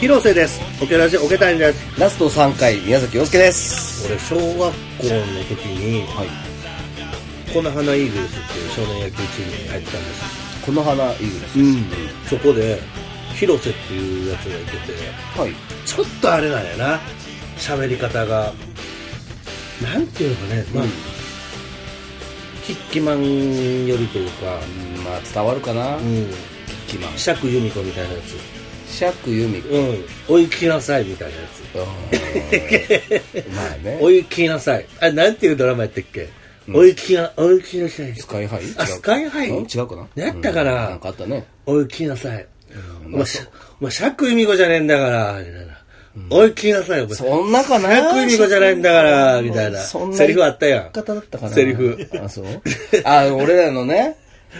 広瀬ですオケラジオケタイですラスト3回、宮崎洋介です。俺小学校の時に、はい。この花イーグルスっていう少年野球チームに入ってたんですこの花、イーグルス。そこで広瀬っていうやつがいててはい。ちょっとあれなんやな喋り方がなんていうのかねまあ、うんキッキマンよりというか、うんまあ、伝わるかな。うん、キッキマン。釈由美子みたいなやつ釈由 美子。うん追いきなさいみたいなやつうーんまあね。追いきなさいあれなんていうドラマやったっけ、うん追いきな追いきなさいスカイハイ違うあスカイハイうん違うかな何やったかなうんなんかあったね。追いきなさいおま前あしお前釈由美子じゃねえんだからみたいな追いきなさいお前そんなかな釈由美子じゃないんだからみたいなそんなセリフあったやん方だったかな。セリフあ、 そうあ、俺らのね、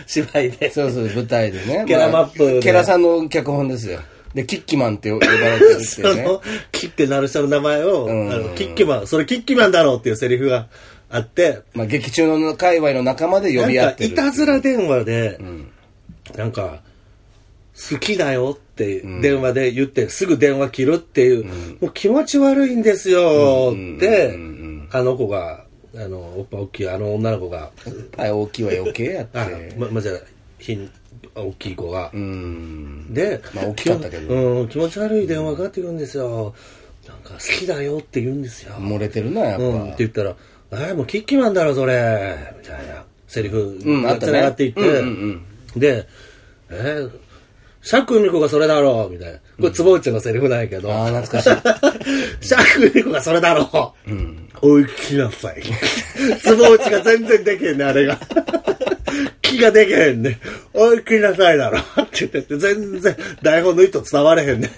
芝居でそうそう、舞台でね。 ケラマップでまあケラさんの脚本ですよ。で、キッキマンって呼ばれてるっ てそいうね。のキッてなる人の名前を、うんあのキッキマンそれキッキマンだろうっていうセリフがあってまあ、劇中の界隈の仲間で呼なんび合かってるいたずら電話で、んなんか好きだよって電話で言って、すぐ電話切るっていう、もう気持ち悪いんですよって、うんうんうんあの子があのおっぱい大きいあの女の子がはい大きいは余計やっあてままじゃひん大きい子がう、んで、まあ大きかったけどうん、気持ち悪い電話かかってくるんですよなんか好きだよって言うんですよ、漏れてるなやっうぱ、ん、って言ったら「えもうキッキマンだろそれ」みたいなセリフうんあがったつねながっていって、うんうんで「えー、釈由美子がそれだろ」みたいなこれ坪内のセリフなんやけどああ懐かし「 い釈由美子がそれだろ」おいきなさい坪内が全然できへんねあれが気ができへんねおいきなさいだろって言ってて全然台本の意図伝われへんね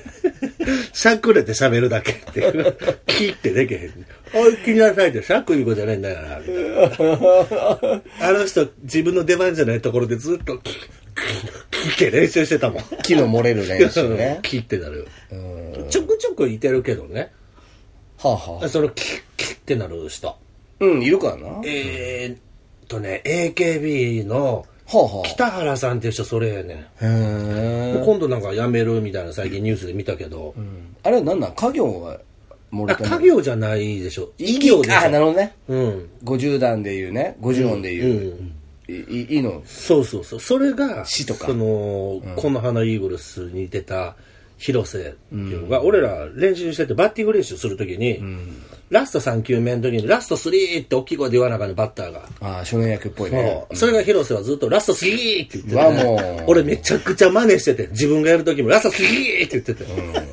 しゃくれて喋るだけっていう気ってできへんねおいきなさいってしゃくいこじゃないんだからみたいなあの人、自分の出番じゃないところでずっと、キッ、キッ、キッって練習してたもん。木の漏れる練習ねキッってなる。うんはちょくちょくいてるけどね。あ、 はあ、その、キッ、キッってなる人。うんいるからなはえーっとね、AKB のあはあ北原さんっていう人、それやね。へえ今度なんか辞めるみたいな最近ニュースで見たけど。あれは何なん家業が漏あ、れてる家業じゃないでしょ。異業でしああなるょ。ほどねうん。 50段でいうね50音でいう、いいいのそうそうそう。それが、死とかその、この花イーグルスに出た広瀬っていうのが、俺ら練習してて、バッティング練習するときに、ラスト3球目の時に、ラスト3って大きい声で言わなあかんねバッターが。ああ少年野球っぽいねそうそれが広瀬はずっとラスト3って言ってわて、もう俺めちゃくちゃ真似してて、自分がやるときもラスト3って言ってて、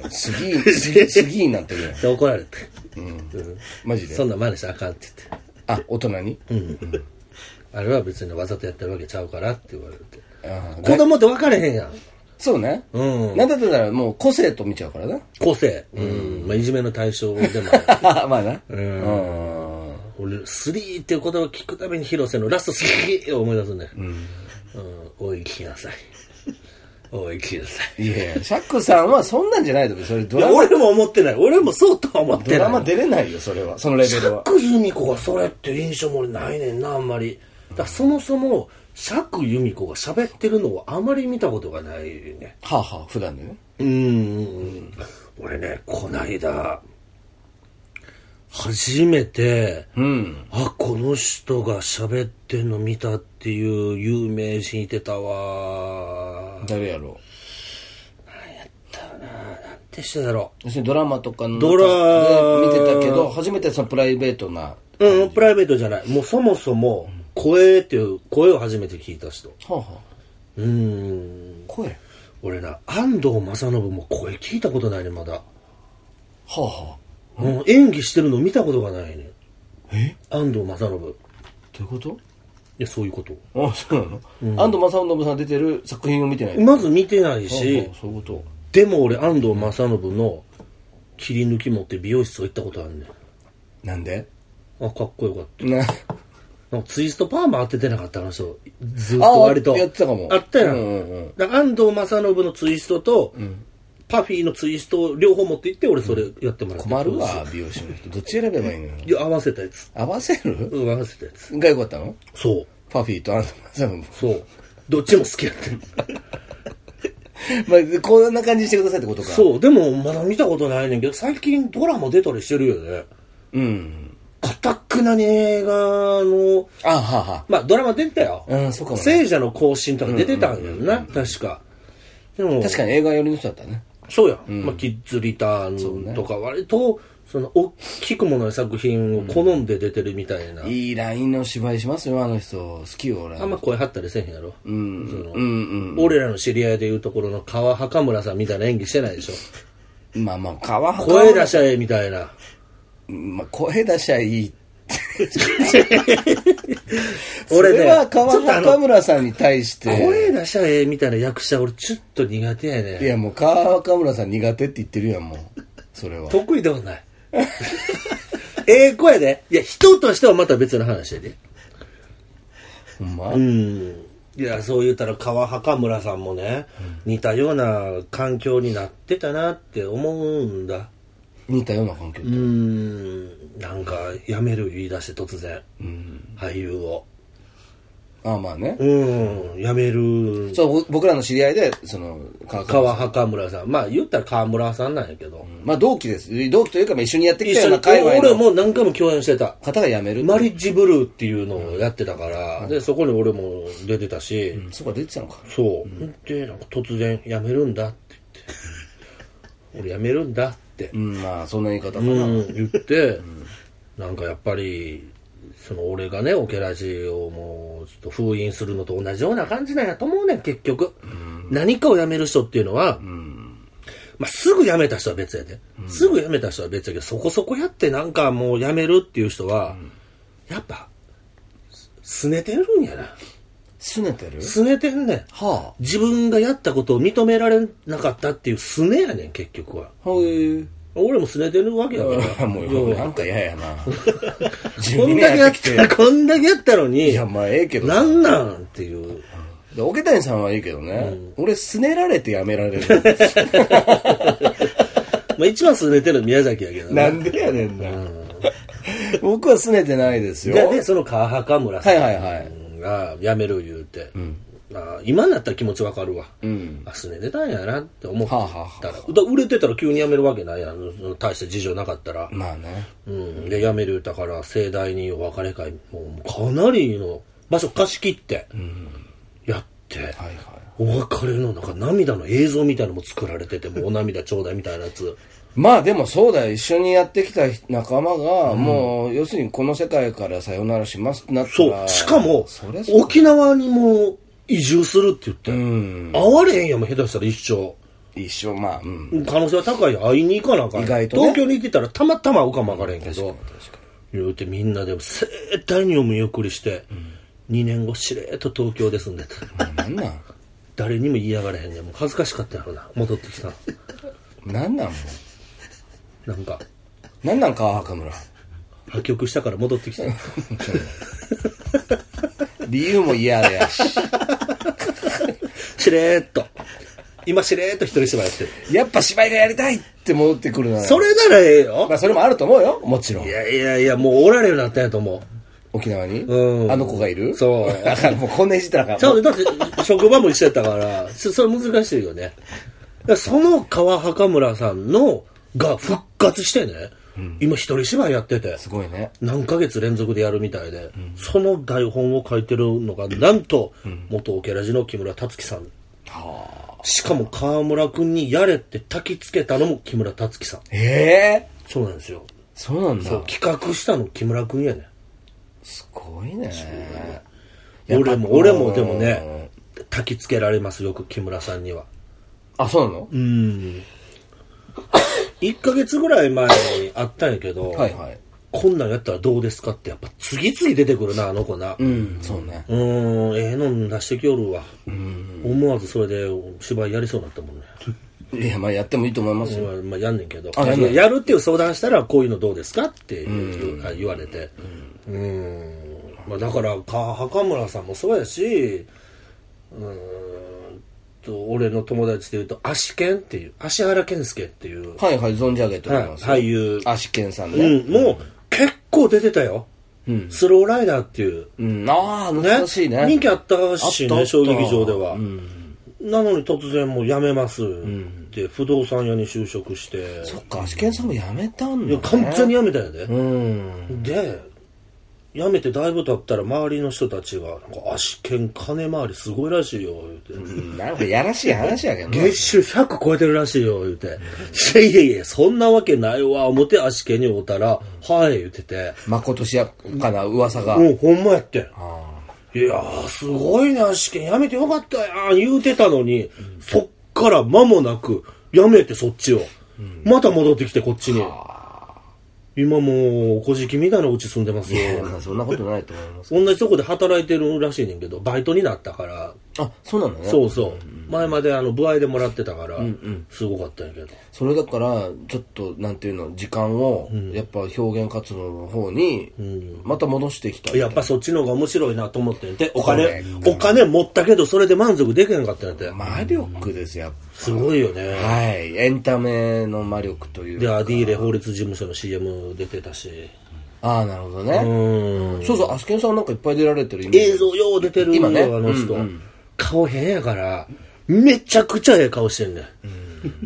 すぎーす ぎーすぎーになってるやんで怒られて、マジでそんな真似したらあかんって言って、あ大人に、あれは別にわざとやってるわけちゃうからって言われて。ああ子供って分かれへんやん。そうね。うんなんだったらもう個性と見ちゃうからな。個性。うん。まあ、いじめの対象でもある。 まあな。うん。俺、スリーっていう言葉を聞くために広瀬のラストスリーを思い出すね。うん。おい、聞き なさい。おい、聞きなさい。いやいや、シャックさんはそんなんじゃないと思う。それドいや、ラマ、俺も思ってない。俺もそうとは思ってドなラい。マ出れないよ、それは。そのレベルは。釈由美子がそれっていう印象も俺ないねんな、あんまり。だからそもそも、釈由美子が喋ってるのをあまり見たことがないね。はあ、はあ、普段でね。うん。俺ね、こないだ、初めて、うん。あこの人が喋ってんの見たっていう有名人いてたわなん誰やろて人だろう。要するにドラマとかのドラで見てたけど、初めてそのプライベートな。ううんプライベートじゃないもうそもそも声っていう声を初めて聞いた人はあ、はうーあん、声は俺な安藤正信も声聞いたことないねまだ、あ、はうん、演技してるの見たことがないねあ、え安藤正信いどういうことやそういうことあ、そうなの、安藤正信さん出てる作品を見てない、はまず見てないあしはあそういうこと。でも俺安藤正信の切り抜き持って美容室行ったことあるねんなんであかっこよかったななんかツイストパーマ当ててなかったあの人ずっと割とあやってたかもあったやん,、うんうんうんだから安藤正信のツイストと、パフィーのツイストを両方持って行って俺それやってもらって困るわ、美容師の人。どっち選べばいいのよ。いや合わせたやつ合わせる うん合わせたやつが良かったのそうパフィーとアンドマンさんも。 そうどっちも好きやってんまあ、こんな感じにしてくださいってことか。そう、でもまだ見たことないねんけど、最近ドラマ出たりしてるよね。う。うん。かたくなに映画の、あはは。まあドラマ出てたよ。うんそうかもね聖者の行進とか出てたんだよね、確か。でも、確かに映画寄りの人だったね。そうや、ん、まあ、キッズリターンとか、割と、その、大きくもない作品を好んで出てるみたいな。いいラインの芝居しますよ、あの人。好きよ、俺。あんま声張ったりせえへんやろ。うん。そのうんうん。俺らの知り合いでいうところの川墓村さんみたいな演技してないでしょ。まあまあ、川幅声出しちゃえみたいな。まあ、声出しゃいい。俺ね それは川ちょっとあ幅の岡村さんに対して、声出しちゃえみたいな役者、俺ちょっと苦手やいね。やもう川幅岡村さん苦手って言ってるやん、もう。それは。得意ではない。 ええ声で。いや、人としてはまた別の話やで。ほんま、うん。いや、そう言ったら川墓村さんもね、似たような環境になってたなって思うんだ。似たような環境う。ん。なんか、辞める言い出して突然、俳優を。ああまあね。うん、辞める。そう、ぼ僕らの知り合いで、その、川岡川墓村さん。まあ、言ったら川村さんなんやけど。まあ同期です。同期というか、まあ、一緒にやってき一たよ緒うにな、界隈俺のも何回も共演してた。方が辞める。マリッジブルーっていうのをやってたから、で、そこに俺も出てたし、そうか、出てたのか。そう、でなんか突然「辞めるんだ」って 言って「俺辞めるんだ」って、うん、まあ、そんな言い方かうな。ん言って、なんかやっぱりその俺がねオケラジをもうちょっと封印するのと同じような感じなんやと思うねん結局、何かを辞める人っていうのは、まあ、すぐ辞めた人は別やで、すぐ辞めた人は別やけどそこそこやってなんかもう辞めるっていう人は、やっぱすねてるんやなすねてるすねてんねんは自分がやったことを認められなかったっていうすねやねん結局はあ。はい。俺もすねてるわけだから も要う、はなんか嫌や な。こんだけやったこんだけやったのいにや、まあ、ええけどなさ。んなんっていうで桶谷さんはいいけどね。俺、すねられてやめられる。まあ一番すねてるの宮崎やけどねなんでやねんな。僕はすねてないですよ。ででその川墓村さはいんはいはい。が辞める言うて、あ今になったら気持ちわかるわ、うん。あすねてたんやなって思ったら,、はあはあはあだ売れてたら急に辞めるわけないやんその大した事情なかったら、まあね。うん、で辞めるだから盛大にお別れ会もうかなりの場所貸し切ってやって、はいはい。お別れのなんか涙の映像みたいなのも作られ ててもうお涙ちょうだいみたいなやつまあでもそうだよ。一緒にやってきた仲間が、もう、要するにこの世界からさよならしますってなったそら。うしかもそれそう。沖縄にも移住するって言って、うん。会われへんやもん下手したら一生一緒、まあ、うん。可能性は高いよ会いに行かなあかん意外とね東京に行ってたらたまたま会うかもわからへんけ確かにど確か言うてみんなでも盛大にお見送りして、2年後しれーっと東京で住んでたに。なんなん誰にも言いやがれへんねもう恥ずかしかったやろな戻ってきたのなんなんもなんかう。なんなん川墓村。破局したから戻ってきた理由も嫌だやし。 しれーっと今しれーっと一人芝居やってるやっぱ芝居がやりたいって戻ってくるなら。それならええよまあそれもあると思うよ。もちろんい。やいやいやもうおられるようになったんやと思沖縄に。うんあの子がいるそうだからもうこんないじったらあうちゃかんうだって職場も一緒やったからそそれ難しいよねだからその川墓村さんのが復活してね、今一人芝居やっててすごいね。何ヶ月連続でやるみたいで、その台本を書いてるのがなんと元オケラジの木村達樹さんはあ。しかも川村君にやれって焚きつけたのも木村達樹さん。ええそうなんですよ。そうなんだそう。企画したの木村君やね。すごいね。やっぱ俺も、俺もでもうんね、焚きつけられますよく木村さんには。あ、そうなのうん。1ヶ月ぐらい前にあったんやけど、はいはい。こんなんやったらどうですかってやっぱ次々出てくるな、あの子な。うんうん、そうね。ーん、ええのん出してきよるわ。思わずそれで芝居やりそうになったもんね。いや、まあやってもいいと思いますよ。まあ、まあ、やんねんけどあやんねんやるっていう相談したらこういうのどうですかっていうあ言われてうんまあ、だからか墓村さんもそうやしうーんと俺の友達でいうと足健っていう芦原健介っていう、はいはい、存じ上げておりはいます。俳優、アシケンさんうね。ん、もう結構出てたよ、うんスローライダーっていううん。ああ、懐かしいね。人気あったしあったあねった小劇場では、なのに突然もう辞めます、で不動産屋に就職してそっか、足剣さんも辞めたんいだ、やね。完全に辞めたんやで、うん。で辞めてだいぶ経ったら周りの人たちが「なんか足剣金回りすごいらしいよ」言うて。なんかやらしい話やけどね。月収100超えてるらしいよ、言うて。いやいやいや、そんなわけないわ、思って足毛におったら、はい、言うてて。まことしやかな噂が。うん、ほんまやってん。ああいやー、すごいな、試験やめてよかったやん、言うてたのに、そっから間もなく、やめてそっちを。また戻ってきて、こっちに。今もう、小じきみたいなお家住んでますよ。いや まあそんなことないと思います。同じとこで働いてるらしいねんけど、バイトになったから、あ、そうなのね。そうそう。前まであの、部合でもらってたから、すごかったんやけど。それだから、ちょっと、なんていうの、時間を、やっぱ表現活動の方に、また戻してきた。やっぱそっちの方が面白いなと思ってんて、おそうね金、お金持ったけど、それで満足できへんかったんやて。魔力ですよ。すごいよね。はい。エンタメの魔力というで、か。アディーレ法律事務所の CM 出てたし。ああ、なるほどうね。ん。そうそう、アスケンさんなんかいっぱい出られてるイメージ映像よう出てるよ、今ねあの人。顔変やから、めちゃくちゃええ顔してんねん。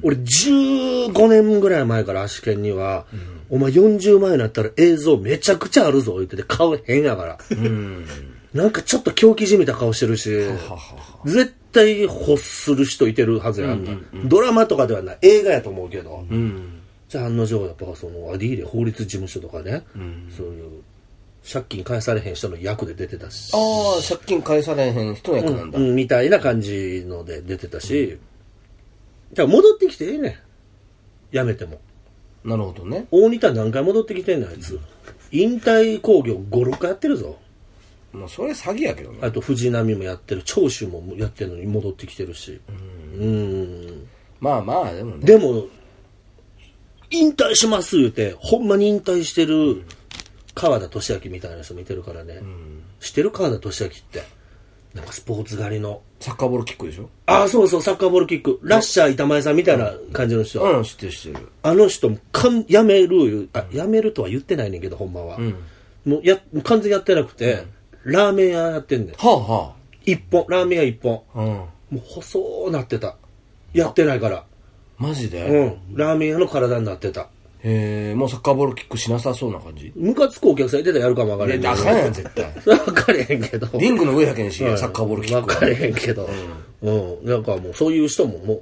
俺15年ぐらい前から足剣には、お前40前になったら映像めちゃくちゃあるぞ言ってて顔変やから。なんかちょっと狂気じみた顔してるし、絶対欲する人いてるはずやんか。ドラマとかではない、映画やと思うけど。じゃあ案の定やっぱそのアディーレ法律事務所とかね、そういう借金返されへん人の役で出てたし、ああ、借金返されへん人の役なんだ。うん、みたいな感じので出てたし、じゃあ戻ってきてええねんやめてもなるほどね。大仁田何回戻ってきてんねんあいつ、引退興行56回やってるぞまあ、それ詐欺やけどね。あと藤波もやってる長州もやってるのに戻ってきてるしうんまあまあ、でもね。でも、引退します言うて、ほんまに引退してる川田俊明みたいな人もいてるからね。知ってる川田俊明って。なんかスポーツ狩りの。サッカーボールキックでしょああ、そうそう、サッカーボールキック。ラッシャー板前さんみたいな感じの人。うん、知ってる知ってる。あの人もかん、やめる言う、あ、やめるとは言ってないねんけど、ほんまは。もうや、もう完全にやってなくて、ラーメン屋やってんねん。はあは一本、ラーメン屋一本。あ。うん。もう細なってた。やってないから。マジで、うへん。ラーメン屋の体になってた。え、もうサッカーボールキックしなさそうな感じムカつくお客さんいてたらやるかもわからへんいや、あかんやん、絶対。 それは分かれへんけど。リングの上やけんし、サッカーボールキッ分クはかれへんけど。うん。なんかもうそういう人ももう、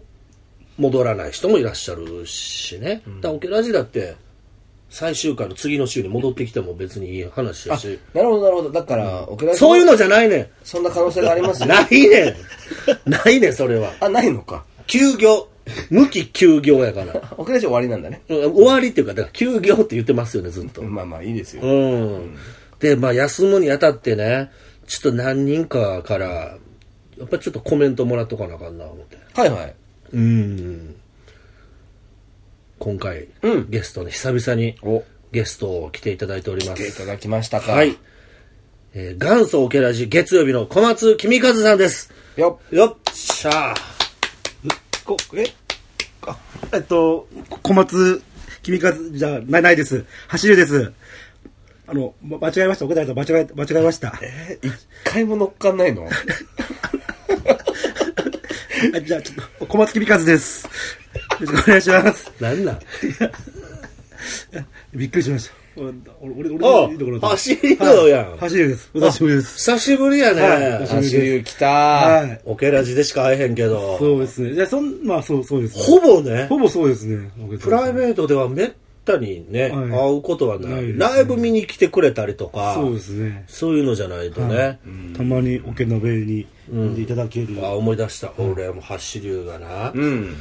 戻らない人もいらっしゃるしね。だからオケラジだって、最終回の次の週に戻ってきても別にいい話やし。なるほど、なるほど。だから、オケラそういうのじゃないねそんな可能性がありますん。ね。ないねん。ないねん、それは。あ、ないのか。休業。無期休業やから。オケラ終わりなんだね。うん終わりっていうか、だから休業って言ってますよね、ずっと。まあまあ、いいですよ。うん。で、まあ、休むにあたってね、ちょっと何人かから、やっぱちょっとコメントもらっとかなあかんな、思って。はいはい。うん。今回、うんゲストに久々にお、ゲストを来ていただいておりま来ていす。ただきましたか。はい。。えー元祖オケラジ月曜日の小松君和さんです。よっ。よっしゃこえあえっと、小松、君かず、じゃない、ないです。走るです。あの、ま間違えました。奥田さん、間違え、間違えました。一回も乗っかんないのあじゃあ、ちょっと、小松君かずです。よろしくお願いします。なんなんびっくりしました。俺、俺、俺あのいいところだ走りのやんはい走るです。お久しぶりです。久しぶりやね。はい走り来たはい。オケラジでしか会えへんけど。そうですね。じゃあ、そん、まあ、そう、そうです。ほぼね。ほぼそうですね。プライーベートではめったにね、はい会うことはないないですねライブ見に来てくれたりとかそうですね。そういうのじゃないとね、たまにおけのべに呼んでいただける。あ思い出した俺も橋流がな、うん。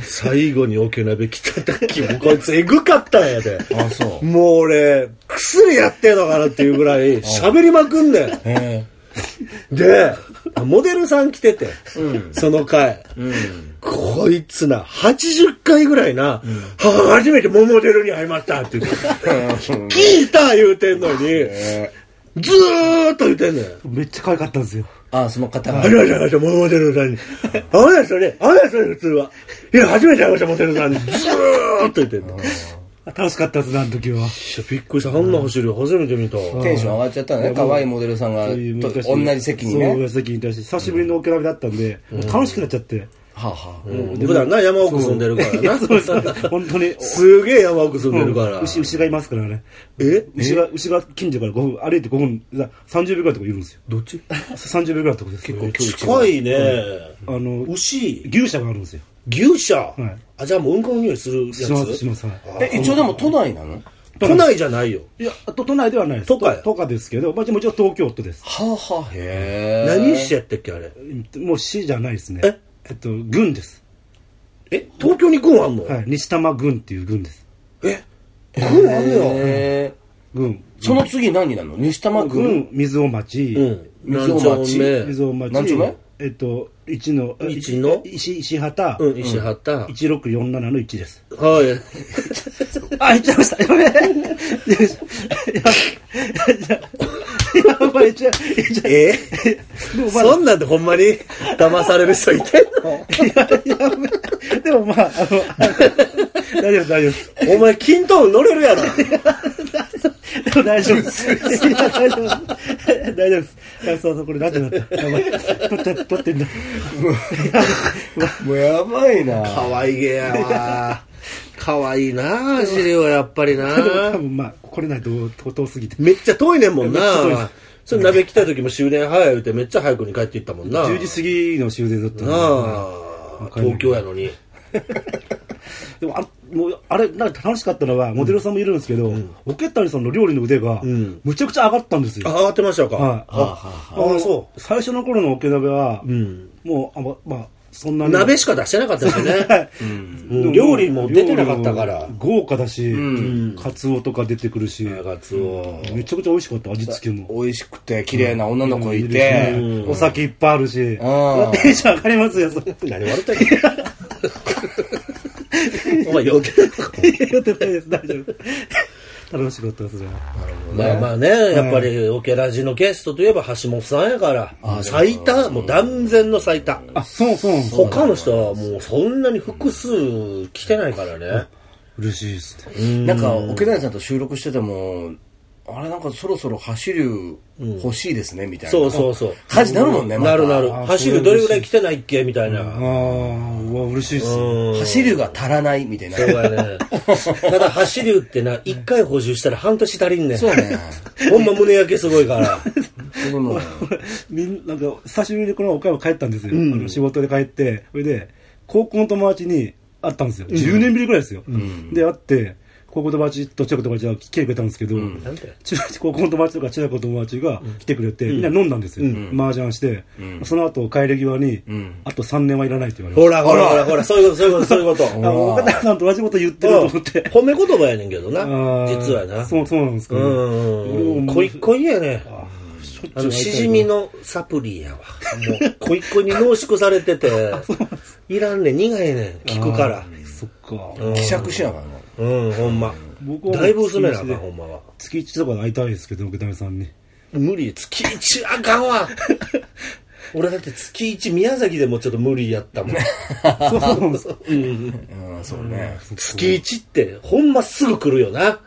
最後に桶鍋来た時も こいつエグかったんやで あ、そう。もう俺薬やってんのかなっていうぐらい喋りまくんねんへえ。であモデルさん来てて、その回、うん。こいつな80回ぐらいな、はあ初めてモモデルに会いましたって言って聞いた言うてんのにえずーっと言ってんのよ。めっちゃ可愛かったんですよ。 あ、その方があ。れじゃないでモモデルさんに。あれやそれ、あれやそれ普通は。いや、初めて会いました、モデルさんに。ずーっと言ってんの。楽しかったですね、あの時は。やびっくりした。あんな走り初めて見た。テンション上がっちゃったのね。可愛いモデルさんが、そういうと昔同じ席にそう同ね。じ席にいたし、久しぶりのオケラビだったんで、もう楽しくなっちゃって。はあ、はあ、うん普段な、山奥住んでるからそうですな。本当に。すげえ山奥住んでるから。牛、牛がいますからね。え牛が、牛が近所から5分、歩いて5分、30秒ぐらいのとこいるんですよ。どっち30秒ぐらいのとこです。結構近いね。あの、牛、牛舎があるんですよ。牛舎い。あ、じゃあもううんこの匂いするやします、つします。はいえ、一応でも都内なのは都内じゃないよ。いや、都都内ではないです。都会都都会ですけど、まあ、でも一応東京都です。あ、はあ、へえ。何市やったっけあれ。もう市じゃないですね。ええっと、郡です。え東京に軍あんのはい。西多摩郡っていう郡です。え軍あんのよ。へ郡。ーその次何なの西多摩郡、郡、水尾町。うん。溝町何丁目水尾町。何丁目えっと、一の、え一の石、石畑。うん、石畑。は1647の1です。い。あ、言っちゃいました。やべえ。やばい。やばい、言っちゃう。言っちゃう。えでもまだそんなんでほんまに騙される人いてんのでもまあ、あの、大丈夫です、大丈夫です。お前、均等乗れるやろ。でも大丈夫です。いや大丈夫です。大丈夫です。あそうそう、これなんてなった。やばい。取っちゃ、取ってんだ。もうやばいな。かわいげやわ。かわいいな、走りはやっぱりなで。も多分まあ、来れないと遠遠すぎて。めっちゃ遠いねんもんなめっちゃ遠いです。それ鍋来た時も終電早い言うてめっちゃ早くに帰っていったもんな。 10時過ぎの終電だったんなであ、東京やのに。でもあもうあれなんか楽しかったのはモデルさんもいるんですけど、オケッタニさんの料理の腕が、んむちゃくちゃ上がったんですあ、よ。上がってましたか。はいあ、のあそ最初の頃のオケ鍋は、んもうあままあそんなう。に鍋 しか出してなかったですよね。でうん料理も出てなかったから料理。も豪華だし、カツオとか出てくるし、ガツオ。めちゃくちゃ美味しかった味付けも。美味しくて綺麗な女の子いて、うんお酒いっぱいあるし、テンんション上がりますよ、それ。何笑 ったっけお前、余計なこと言ってないです、大丈夫。 楽しかったですね。まあまあね、やっぱりオケラジのゲストといえば橋本さんやから、最多、もう断然の最多。あ、そうそうなんですか他の人はもうそんなに複数来てないからね。嬉しいですね。なんか奥谷さんと収録しててもあれなんかそろそろ走る欲しいですね、みたいなそうそうそう。感じになるもんね、またなるなる。あ走るどれぐらい来てないっけみたいな。ああ、うわ、嬉しいですね。走るが足らないみたいなそうやね。ただ走るってな、一回補充したら半年足りんねん。そうねほんま胸焼けすごいから。でも みんなんか久しぶりにこの岡山帰ったんですよ、あの仕事で帰ってそれで高校の友達に会ったんですよ、10年ぶりぐらいですよ、で会って高校の友達と中学の友達が来てくれたんですけど、なんて中高校の友達とか中学の友達が来てくれて、みんな飲んだんですよ、麻雀して、その後帰り際に、あと3年はいらないって言われほらほらほらほら、そういうこと、そういうこと、そういうこと。ましたあ岡田さんと同じこと言ってると 思ってうん褒め言葉やねんけどなあー実はなそうそうなんですか、ね、うん俺もこいこいやねしょっちゅあのう会いたいなしじみのサプリやわもうこいこいに濃縮されてていらんねん苦いねん効くからそっ か、希釈しながらうんほんま僕はもうだいぶ薄めなあか月ん一でほんまは月1とかで会いたいですけど奥田さんに無理月一あかんわ俺だって月一宮崎でもちょっと無理やったもんそうなんですかうんそうね月一ってほんますぐ来るよな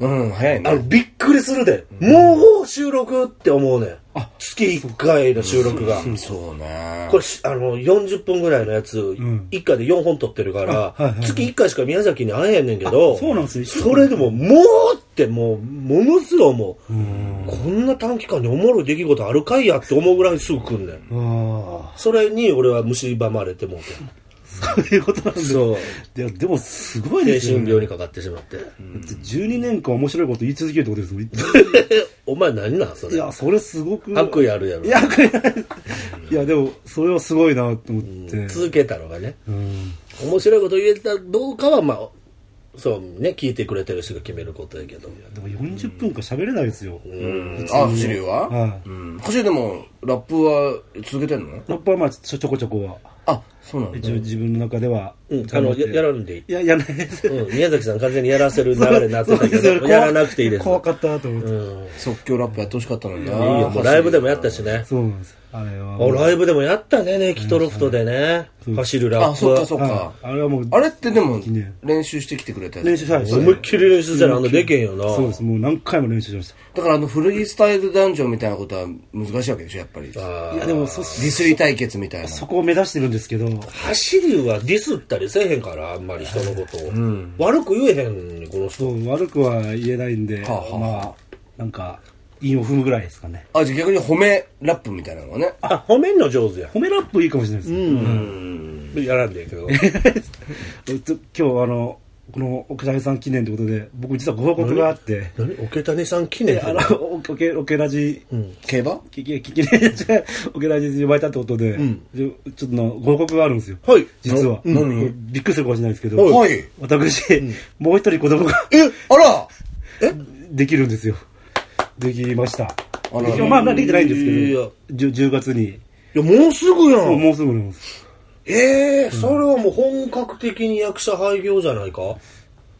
うん早いあのねびっくりするで、もう収録って思うねん月1回の収録がそうねこれしあの40分ぐらいのやつ、1回で4本撮ってるから、月1回しか宮崎に会えへんねんけどあそうなんすねそれでももうってもうものすごい思うこんな短期間におもろい出来事あるかいやって思うぐらいすぐ来んねんああ、それに俺は蝕まれてもうそういうことなんてだ。そういや、でもすごい精ですよ、神ね。病にかかってしまって、 12年間面白いこと言い続けるってことですもん。い お前何なん それや、それすごく。悪意あるやろいや、悪意ない。いや、でも、それはすごいなと思って。続けたのがねうん。面白いこと言えたどうかはまあそうね聞いてくれてる人が決めることやけどでも40分間喋れないですよ。うんあ走るは、はい。うん、走るでもラップは続けてんのやっぱまあ、ちょちょこちょこは、あそうなんだ一応自分の中では。うんあのややらんでいいいや、やらないです。うん、宮崎さん完全にやらせる流れになってたけそうですど、よやらなくていいです。怖かったと思って。うん。即興ラップやってほしかったのにないいよ、もうライブでもやったしね。そうなんです。あれは。あライブでもやったね、ネキトロフトでね。うん走るラあ、ップそっは。かそっかは。いあれはもう、あれってでも記念、練習してきてくれたやつ練習したいです思いっきり練習したらあんなでけんよな。そうです。もう何回も練習しましだからあの、フリースタイルダンジョンみたいなことは難しいわけでしょ、やっぱり。デあた。ーいや、でもそ、ィスリ対決みたいな。そこを目指してるんですけど、走りはディスったりせえへんから、あんまり人のことを。悪く言えへんね、この人。そう、悪くは言えないんで、はあはあまあ、なんか、韻を踏むぐらいですかね。あ、じゃあ逆に褒めラップみたいなのがね。あ、褒めんの上手や。褒めラップいいかもしれないです。やらんでええけど。えっと今日あの、この、おけらじさん記念ということで、僕実はご報告があって、何オケタネさん記念であの、おおけ、おけらじ、競馬き き、ききね、違うおけらじに呼ばれたってことで、ちょちょっとのご報告があるんですよ。はい実は。な何これびっくりするかもしれないですけど、はいはい私、もう一人子供が えあらできるんですよ。できました。あらできまあ、まあできてないんですいけやど、じゅ 10, 月に、いや、もうすぐや。もうんもうすぐなんです。ええそれはもう本格的に役者廃業じゃないか。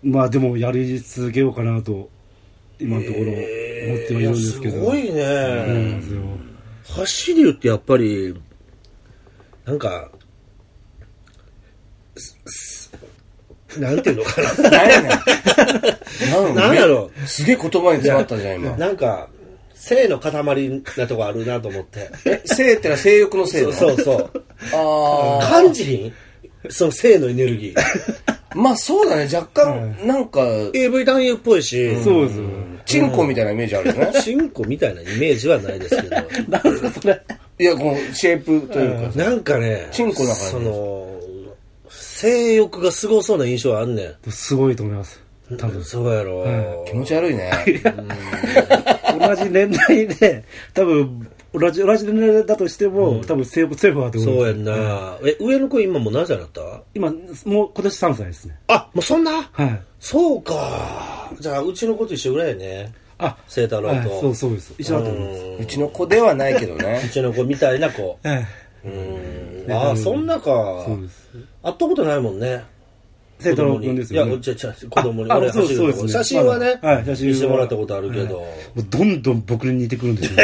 まあでもやり続けようかなと今のところ思ってはいるんですけど、いやすごいそうなんね。ですよ走りってやっぱり、なんか、すすなんていうのかな。何やねん。なんやろすげえ言葉に詰まったじゃん、 今。なんか、性の塊なとこあるなと思って。え、性ってのは性欲の性そだうそうそう。ああ。感じひんその性のエネル ギー。まあそうだね、若干、なんか、 AV 男優っぽいし、そうですよチンコみたいなイメージあるよね。チンコみたいなイメージはないです けど。いや、このシェイプというか。なんかね、チンコだからねその、性欲がすごそうな印象あんねすごいと思いますん。多分そうやろ。気持ち悪いね。同じ年代で多分同じ同じ年代だとしても、多分性欲強い方だと思そううやんんですな。え、上の子今もう何歳だった今もう今年3歳ですねあ、もうそんなはいそうか。じゃあ、うちの子と一緒ぐらいやね。あ聖太郎と。はい、そうそうです一緒だと思いますうちの子ではないけどうね。 ちの子みたいな 子。はいうん。ああ、そんなか。そうです会ったことないもんね。生徒の分ですよ、いね、や、ちゃちゃ子供にあ俺そう走るとそこうですね写真はね、はい写真は見せてもらったことあるけど。もうどんどん僕に似てくるんですよ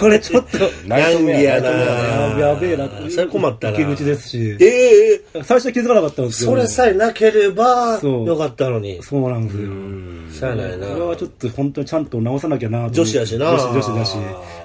これちょっとナイトメアナイトメアね。あーやべえなってそれ困ったな受け口ですしええ最初は気づかなかったんですけどそれさえなければ、そうよかったのに。そうなんですよしゃあないな。これはちょっと本当にちゃんと直さなきゃなと思って女子やしな女子女子だし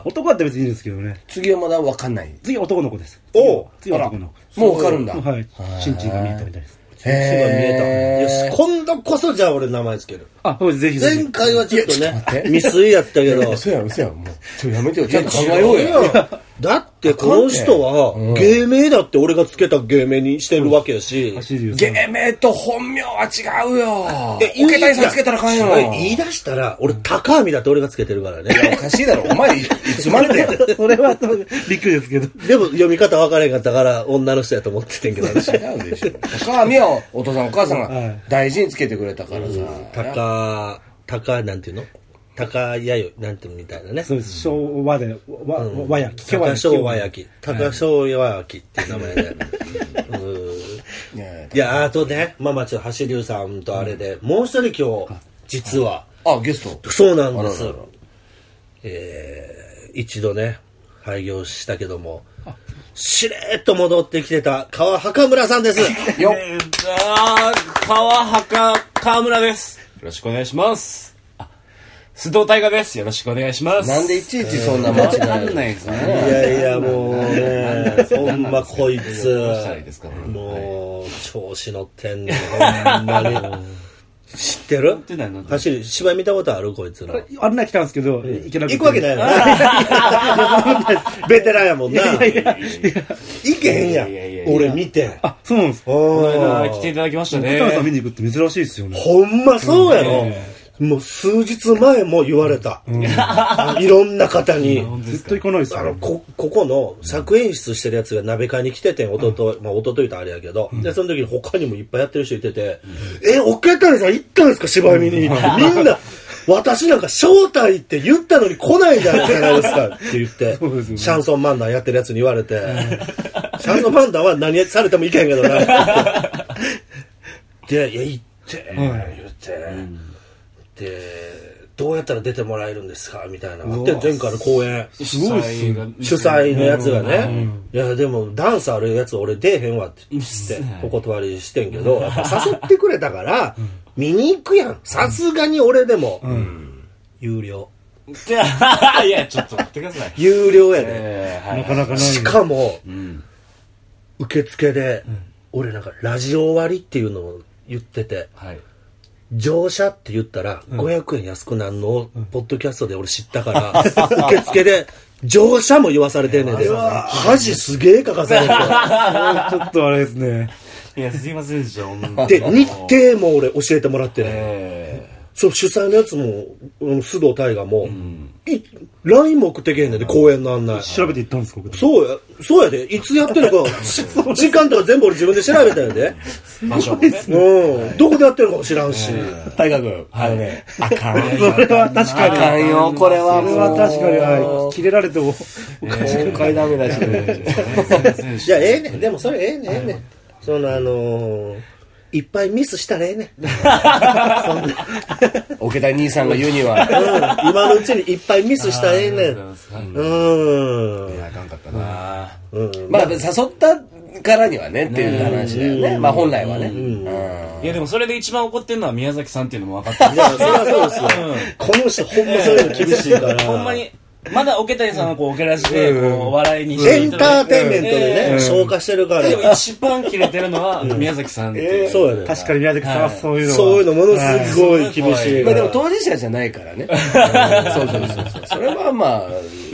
男だったら別にいいんですけどね次はまだわかんない。次男の子ですおう次は男の子もうわかるんだ。もうはい新陳が見えたみたいですへ手が見えた。ーよし、今度こそじゃあ俺名前つける。あそうですぜひぜ前ひ回はちょっとね待っ、て未遂やったけど。嘘や、嘘や。もう、ちょ、やめてよ。ちゃんと考えよう違や。うよだってこの人は、芸名だって俺がつけた芸名にしてるわけやし。走るよ芸名と本名は違うよ。え受けたいさんつけたらあかんよ。言い出したら、俺、高見だって俺がつけてるからね。 おかしいだろ。お前、いつまでだよ。それはそうびっくりですけどでも読み方分からへんかったから、女の人やと思っててんけど、私。違うでしょ。高見はお父さんお母さんはがい大事につけてくれたからさ。 高、高、なんていうの高やよ、なんていうのみたいなね。そうです昭和でわわ和や聞け和高や昭和焼き。高昭和焼きっていう名前で。うんいやいいや、あとね、ママちょっと橋龍さんとあれで、もう一人今日、実は、やあ、ゲスト。そうなんですあららら。えー一度ね、廃業したけども、しれーっと戻ってきてた川墓村さんです。よっ。えーあー、川墓川村です。よろしくお願いします。あ須藤大河です。よろしくお願いします。なんでいちいちそんな間違えるんですかいね。やいや、もうね、ほんまこいつどうしたらいいですか、もう、調子乗ってんの、ほんまに。知ってるってないなんてない走り、芝居見たことあるこいつら。案内来たんですけど行けなくて行くわけないよな。 ベテランやもんな。行けへんやいやいやいやいん。や俺見て。あそうなんですおこのー間来ていただきました北野さん見ね。に行くって珍しいですよねほんまそうやろ。もう数日前も言われた。 いろんな方に。ずっと行かないですあよのこここの作演出してるやつが鍋会に来ててん、おととい、まあ、おとといとあれやけど、で、その時に他にもいっぱいやってる人いてて、え、おけたりさん行ったんですか芝居見に。みんな、私なんか招待って言ったのに来ないじゃないです かって言ってうですよ、ねシャンソン漫談やってるやつに言われて、シャンソン漫談は何されてもいけへんけど なって言って。で、いや、行って、言って。で、どうやったら出てもらえるんですかみたいな。うわで、前回の公演。すごいっすね主催のやつがね、いや、でもダンスあるやつ俺出えへんわって言って、お断りしてんけど、やっぱ誘ってくれたから、見に行くやん。さすがに俺でも、有料。いや、ちょっと待ってください。有料やで。えー、はいな。かなかない。しかも、うん。受付で、俺なんかラジオ割っていうのを言ってて、はい。乗車って言ったら500円安くなんのをポッドキャストで俺知った から、受付で乗車も言わされてんねんで、恥すげえかかされて。ちょっとあれですね。いや、すいませんでした、ほんとで、日程も俺教えてもらってね。えそう、主催のやつも、うん須藤大河もー、う、ん。い LINE も送ってけへんねんで、公演の案内。調べていったんですか、僕そうや、そうやで。いつやってるか、時間とか全部俺自分で調べたんやで。場所もね。うん。どこでやってるかも知らんし。大河君、あのね、あかんよ。それは確かあに。かんよ、これはそれはもう。確かに、はい。切れられても、おかし今回ダメだしね。すいませんでしじゃあ、ええねん。でもそれええねん、ええねん。その、あのー、いっぱいミスしたらええねん。桶田兄さんが言うには。うん。今のうちにいっぱいミスしたらええねた。ん。はいうん。あかんかったな。あうん。まあ、誘ったからにはね、っていう話だよね。まあ、本来はね。ーいや、でもそれで一番怒ってるのは宮崎さんっていうのも分かっいや、そりゃそうですよ。この人、ほんまそういうの厳しいから。た。ほんまに、まだ桶谷さんはこう、桶らしで、こう、笑いにしてエいンたタだいーてテインメントでね、消化してるから。でも一番キレてるのは宮崎さんっていう。そうやね。確かに宮崎さんはそういうのは。そういうのものすごい厳しいかまあでもら。当事者じゃないからね。そうそうそうそう。それはまあ、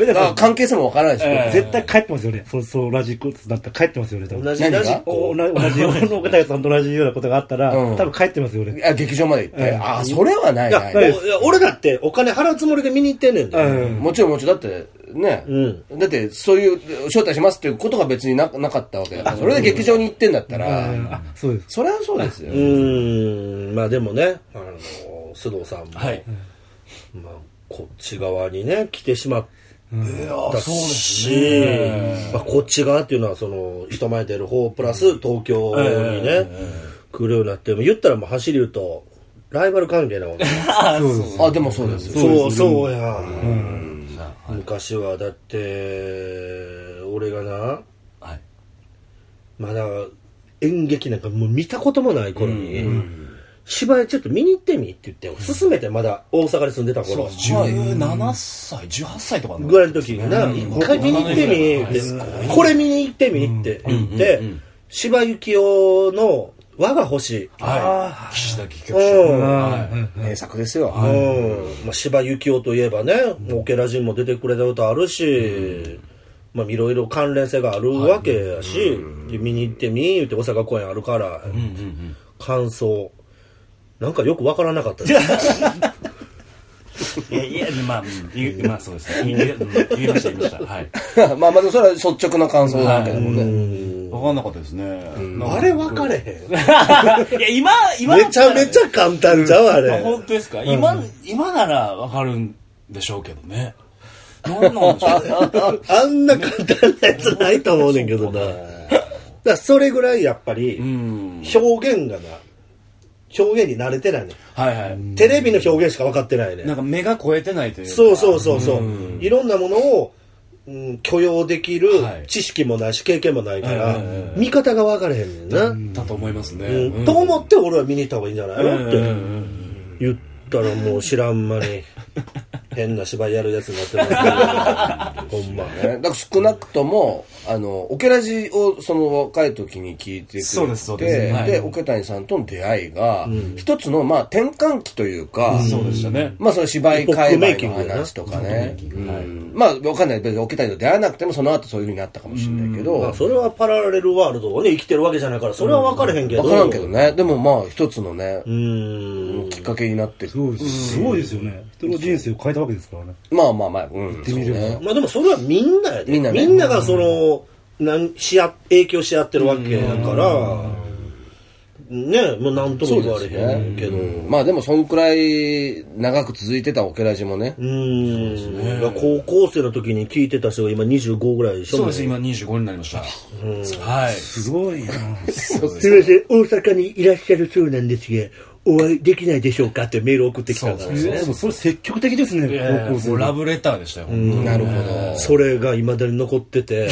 だから関係性もわからないし、え絶対帰ってますよね。そう、そう、同じことだったら帰ってますよね、多分。同じ同じ何がお同じ、同じ、俺の岡谷さんと同じようなことがあったら、うん多分帰ってますよ、俺。あ劇場まで行って、ああ、それはないいやないもういや俺だってお金払うつもりで見に行ってんねんで。うん。もちろんもちろん、だってね、だってそういう、招待しますっていうことが別にななかったわけだから、それで劇場に行ってんだったら、あ、そうです。それはそうですよ。うーん、まあでもね、あの、須藤さんも、はい。まあ、こっち側にね、来てしまったし、まあ、こっち側っていうのは、その、人前出る方プラス東京にね、来るようになって、言ったらもう走り言うと、ライバル関係なわけ。そうです。あ、でもそうですよ。そうそうや、昔はだって俺がなはい。まだ演劇なんかもう見たこともない頃に、芝居ちょっと見に行ってみって言って勧めてまだ大阪に住んでた頃17歳、18歳とかぐらいの時にな一回見に行ってみってこれ見に行ってみって言って芝居幸雄の「我が星」はい。岸田劇う局んは名作ですよ。うんまあ、柴幸男といえばね、オケラジンも出てくれたことあるし、まあいろいろ関連性があるわけやし、で見に行ってみー言って大阪公演あるから、感想、なんかよくわからなかったです。い。いや、いや、まあ、うん言うまあそうですね。言いうん言いました、言いました。はい。 まあまあ、それは率直な感想だけどもね。分かんなかったですね。あれ分かれへいや、今、今ん。だめっちたらゃめちゃ簡単じゃん、ああれ。本当ですか今、今ならわかるんでしょうけどね。なんなんでしょうねあんな簡単なやつないと思うねんけどな。だからそれぐらいやっぱうり、ん。表現がな、表現に慣れてないねはいはい。ん。テレビの表現しか分かってないねんなんか目が超えてないというか。そうそうそうそう、いろんなものを、うん、許容できるはい知識もないし経験もないから、うんうん見方が分からへんねんな、うんだと思いますね。と思って俺は見に行った方がいいんじゃないうんの、うんっうんうてん言ったらもう知らん 間に変な芝居やるやつになってるほんまねだから少なくとも、あの、オケラジをその若い時に聞いてくれて、そうですそうですはいで、オケ谷さんとの出会いが、一つの、まあ、転換期というか、そうでしたね。まあ、その芝居界隈の話とかメねイキン。グだなうんまあ、わかんない。別にオケ谷と出会わなくても、その後そういう風になったかもしれないけど、まあそれはパラレルワールドをね生きてるわけじゃないからそれは分からへんけど、わからんけどね。でもまあ、一つのねう、ーんきっかけになって、そうです。すごいですよね。人の人生を変えたわけですからね。まあまあまあ、うん。言ってみればまあでもそれはみんなやでみみんんなな,、ねがそのなんしあ影響し合ってるわけだから、ねもう何とも言われへんけどう,、まあでも、そんくらい長く続いてたオケラジもね、ん、高校生の時に聞いてた人が今25ぐらいでしょそうです、今25になりました。はい。すごいなすみません大阪にいらっしゃるそうなんですがお会いできないでしょうかってメール送ってきたんだそうねでもそれ積極的ですね、いやいや高校も生うラブレターでしたよ、本当になるほど。それが未だに残ってて、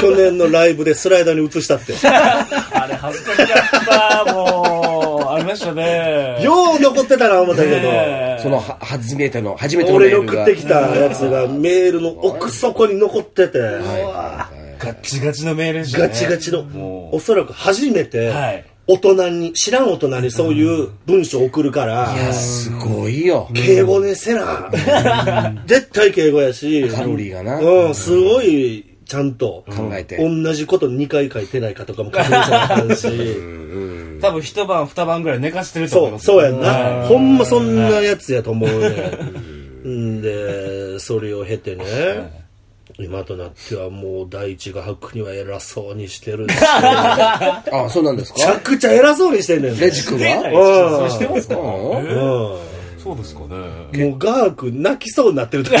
去年のライブでスライダーに移したって。あれ恥ずかしかった、もう。ありましたね。よう残ってたな、思ったけねえそのは初めての、初めてど。のメ俺ーのル送が。ってきたやつがメールの奥底に残ってて、はいはいはいガッチガチのメールでしたね。ガチガチのも、うおそらく初めてはい、大人に、知らん大人にそういう文章を送るから、いや、すごいよ。敬語ねせな。絶対敬語やし。カロリーがなうん、すごい、ちゃんと。考えて同じこと2回書いてないかとかも確認せなあかん し。多分一晩二晩ぐらい寝かしてると思いそまう、す。そうやんな。ほんまそんなはいやつやと思うね。んで、それを経てね、今となってはもう第一が白には偉そうにしてるし、 あ、そうなんですめちゃかくちゃ偉そうにしてんねんね。レジ君はうんそうしてますかうんえうん。ーもそうですかね。うガーク泣きそうになってるとか。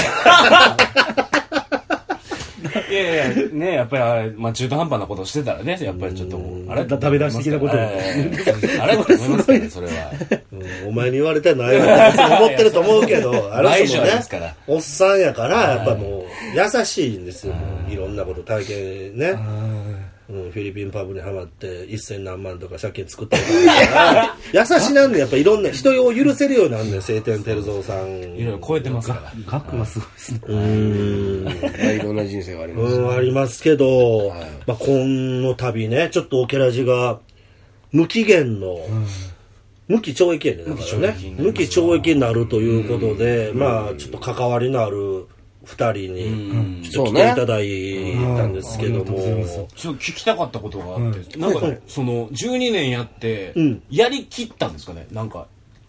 いやいや、ねやっぱりあれ、まあ中途半端なことしてたらね、やっぱりちょっともう、あれだダメ出し的なことをえーあれって思いますからね、それは。うんお前に言われてないわ。別に思ってると思うけど、あ のない人じもゃないでねすから、おっさんやから、やっぱもう、優しいんですよ。いろんなこと体験ね。うん、フィリピンパブにハマって、一千何万とか借金作ったりと か。優しなんで、やっぱいろんな人を許せるようになるんだよ、晴天照蔵さん。いろいろ超えてますから。額がすごいですねうーん。まあいろんな人生があります。うん、ありますけど、まあ、この度ね、ちょっとオケラジが、無期限の、無期懲役やね、だからね。無期懲役になるということで、まあ、ちょっと関わりのある二人に、ちょっと来ていただいたんですけども、そうねうんありがとうございますちょっと聞きたかったことがあって、なんか、ね、その12年やって、んやりきったんですかねなんか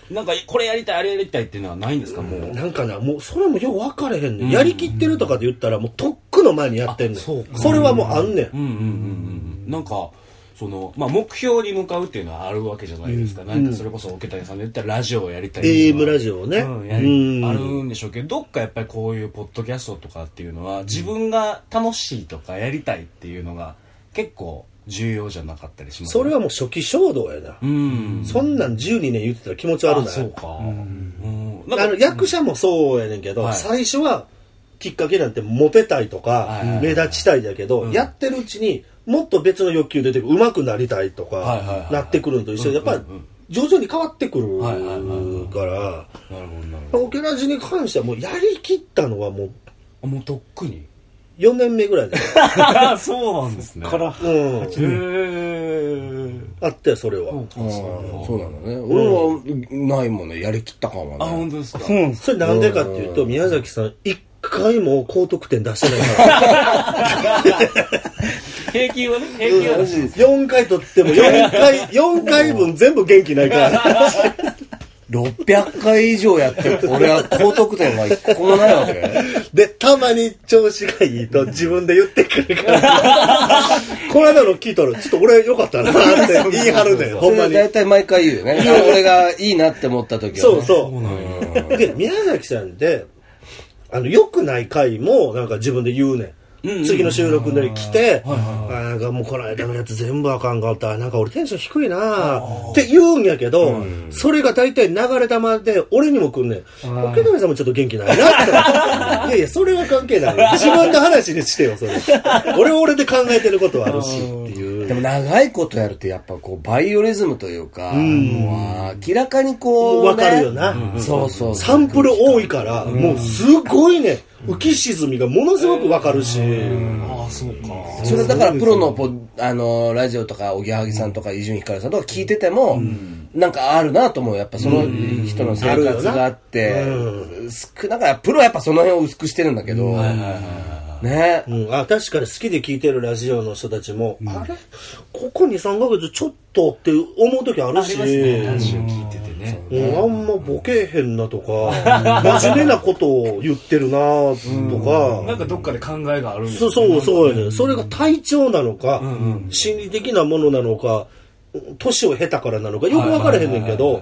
なんかこれやりたいあれやりたいっていうのはないんですかもう、なんかな、もうそれもよく分かれへんねん。やりきってるとかで言ったら、もうとっくの前にやってんねん。あそうそかれはもうあんねんうん。うんうんうんうんなんかその、まあ、目標に向かうっていうのはあるわけじゃないですか、なんかそれこそ桶谷さんで言ったらラジオをやりたいとか AM ラジオをね。うんやりあるんでしょうけどどっかやっぱりこういうポッドキャストとかっていうのは自分が楽しいとかやりたいっていうのが結構重要じゃなかったりしますそれはもう初期衝動やな。うんそんなん12年言ってたら気持ち悪あない。そうか、うんなんかあの役者もそうやねんけど、はい最初はきっかけなんてモテたいとか、はいはいはい目立ちたいだけど、やってるうちにもっと別の欲求出てくる上手くなりたいとか、はいはいはいなってくるのと一緒でやっぱりうんうんうん徐々に変わってくるから、はいはいなるほどなるほオケラジに関してはもうやりきったのはもうどもうとっくに4年目ぐらいだ よそうなんですねからうん、へーあってそれは、あーそうなのね。俺はないもんね。やりきった感はね。あ本当ですかそうなんですそれなんでかっていうと宮崎さん一回も高得点出してない から 平均はね平均はね4回取っても4回4回分全部元気ないから600回以上やって、俺は高得点が一個もないわけだよね。 で、たまに調子がいいと自分で言ってくる から。この間の聞いたら、ちょっと俺良かったなって言い張るねん、そほんれまはに。大体毎回言うよね。あ俺がいいなって思った時はね。そうそう。で、宮崎さんで、あの、良くない回も、なんか自分で言うねん。次の収録で来て、あーなんかもうこの間のやつ全部あかんかった。なんか俺テンション低いなって言うんやけど、それが大体流れ玉で俺にも来んねん。奥上さんもちょっと元気ないなって。いやいや、それは関係ないよ。自分の話にしてよ、それ。俺は俺で考えてることはあるしっていう。でも長いことやるとやっぱこうバイオリズムというか、もう明らかにこう、ね。わかるよな。そうそう。サンプル多いから、もうすごいね、浮き沈みがものすごくわかるし、ああそうかそれだからプロのポあのラジオとかおぎやはぎさんとか伊集院光さんとか聞いてても、なんかあるなと思うやっぱその人の生活があって、少なからプロはやっぱその辺を薄くしてるんだけど、ね、うん、あ確かに好きで聞いてるラジオの人たちも、あれここ23ヶ月ちょっとって思う時あるありしますねラジオ聞いててねうん、あんまボケへんなとか真面目なことを言ってるなとか、なんかどっかで考えがあるんですそようそうそうやね、それが体調なのか、心理的なものなのか年を経たからなのかよく分からへんねんけど、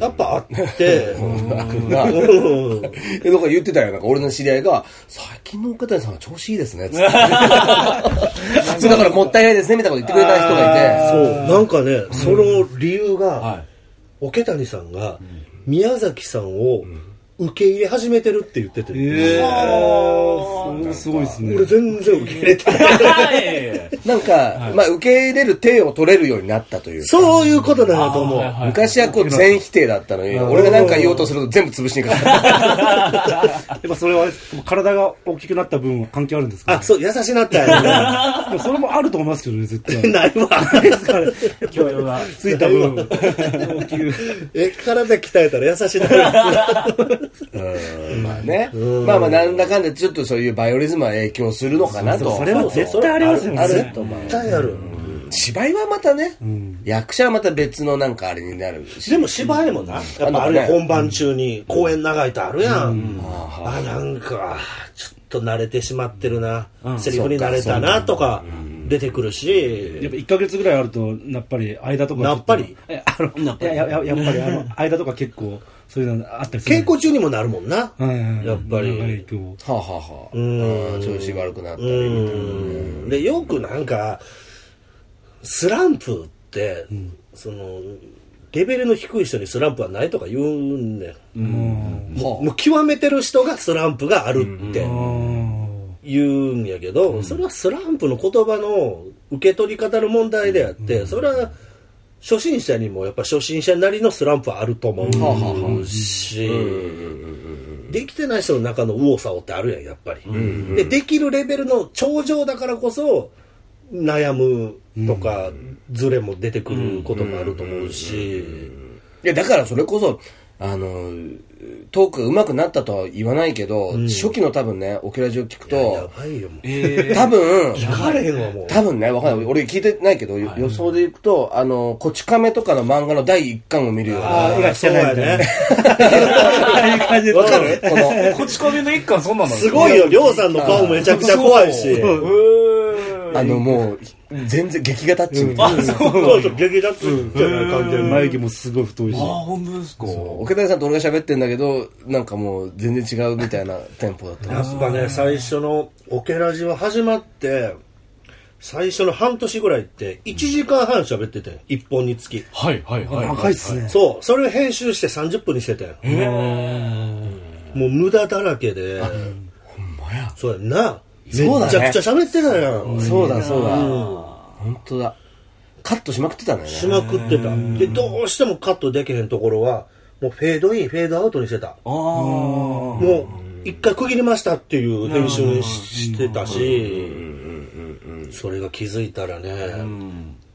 やっぱあって、あるな。うんえ、なんか言ってたよ。なんか俺の知り合いが、最近の岡谷さんは調子いいですね。つって普通 だからもったいないですね、みたいなこと言ってくれた人がいて。そうなんかね、その理由が、は桶谷さんが宮崎さんを受け入れ始めてるって言ってて、ええはー、すごいですね。俺全然受け入れてない はいなんか、まあ、受け入れる手を取れるようになったというか そういうことだなと思う、はいはい昔はこう全否定だったのに、俺が何か言おうとすると全部潰しにかかる。やっぱそれは体が大きくなった分は関係あるんですか、あそう優しなったよ でもそれもあると思いますけどね、絶対。ねないわ教養がついた分、大きく。え体鍛えたら優しなるうんまあね。まあまあ、なんだかんだちょっとそういうバイオリズムは影響するのかなと。それは絶対ありますよね。あると思う絶。対ある、芝居はまたね、役者はまた別のなんかあれになるし。でも芝居もな、やっぱああれのね本番中に公演長いってあるやん。あ、なんか、ちょっと慣れてしまってるな。セリフに慣れたなとか出てくるやっぱし。 1ヶ月ぐらいあると、やっぱり間とか。やっぱりえあのやっぱりいやややっぱり、あの、間とか結構、そういうのあったりする。稽古中にもなるもんな。はいはいはいやっぱり長いとはあ、はあはあ、んうん調子悪くなったうりみたいな。ん。で、よくなんか、スランプって、その、レベルの低い人にスランプはないとか言うんだよ。うん。はもう極めてる人がスランプがあるって。うん言うんやけど、それはスランプの言葉の受け取り方の問題であって、それは初心者にもやっぱ初心者なりのスランプはあると思うし、できてない人の中の右往左往ってあるやんやっぱり、でできるレベルの頂上だからこそ悩むとか、ズレも出てくることもあると思うし、あ、いや、だからそれこそ、あの、トークが上手くなったとは言わないけど、初期の多分ね、オケラジオ聞くやと、ばいよもう え多分、聞かれへんわもう多分ね、わかんない。俺聞いてないけど、よ予想でいくと、あの、こち亀とかの漫画の第一巻を見るような。あーそうやねああいう感じでわかるこの、こち亀の一巻そんなのすごいよりょうさんの顔めちゃくちゃ怖いしそううーんあのもう、全然劇画タッチみたいな。そうそう、激立つじゃない、完全に。眉毛もすごい太いし。あ本当ですか奥谷さんと俺が喋ってんだけど、なんかもう全然違うみたいなテンポだった。やっぱね、最初のオケラジは始まって、最初の半年ぐらいって、1時間半喋ってて、1本につき。はいはいはい赤いっすね。そう、それを編集して30分にしててもう無駄だらけで。ほんまや。そうやんな。めそうだねちゃくちゃ喋ってたやん。そうだそうだ。本当だ。カットしまくってたんだよしね。まくってた。で、どうしてもカットできへんところは、もうフェードイン、フェードアウトにしてた。あーもう一回区切りましたっていう編集にししてたしそれが気づいたらね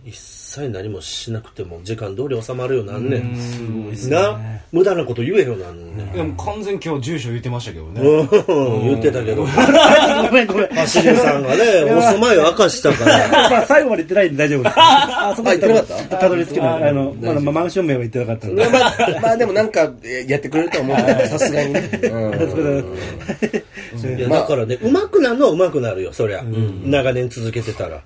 一切何もしなくても時間通り収まるようになんねんな無駄なこと言えようになんねんでも完全に今日住所言ってましたけどねうん言ってたけどごめんごめん。橋根さんがねお住まいを明かしたから まあ最後まで言ってないんで大丈夫です。あ、そこまであ言ってなかったたどり着けない。あの、まだまあマンション名は言ってなかったんで。まあ、まあでもなんかえやってくれると思うけどさすがにね。うんいやだからねうまくなるのはうまくなるよそりゃ長年続けてたら。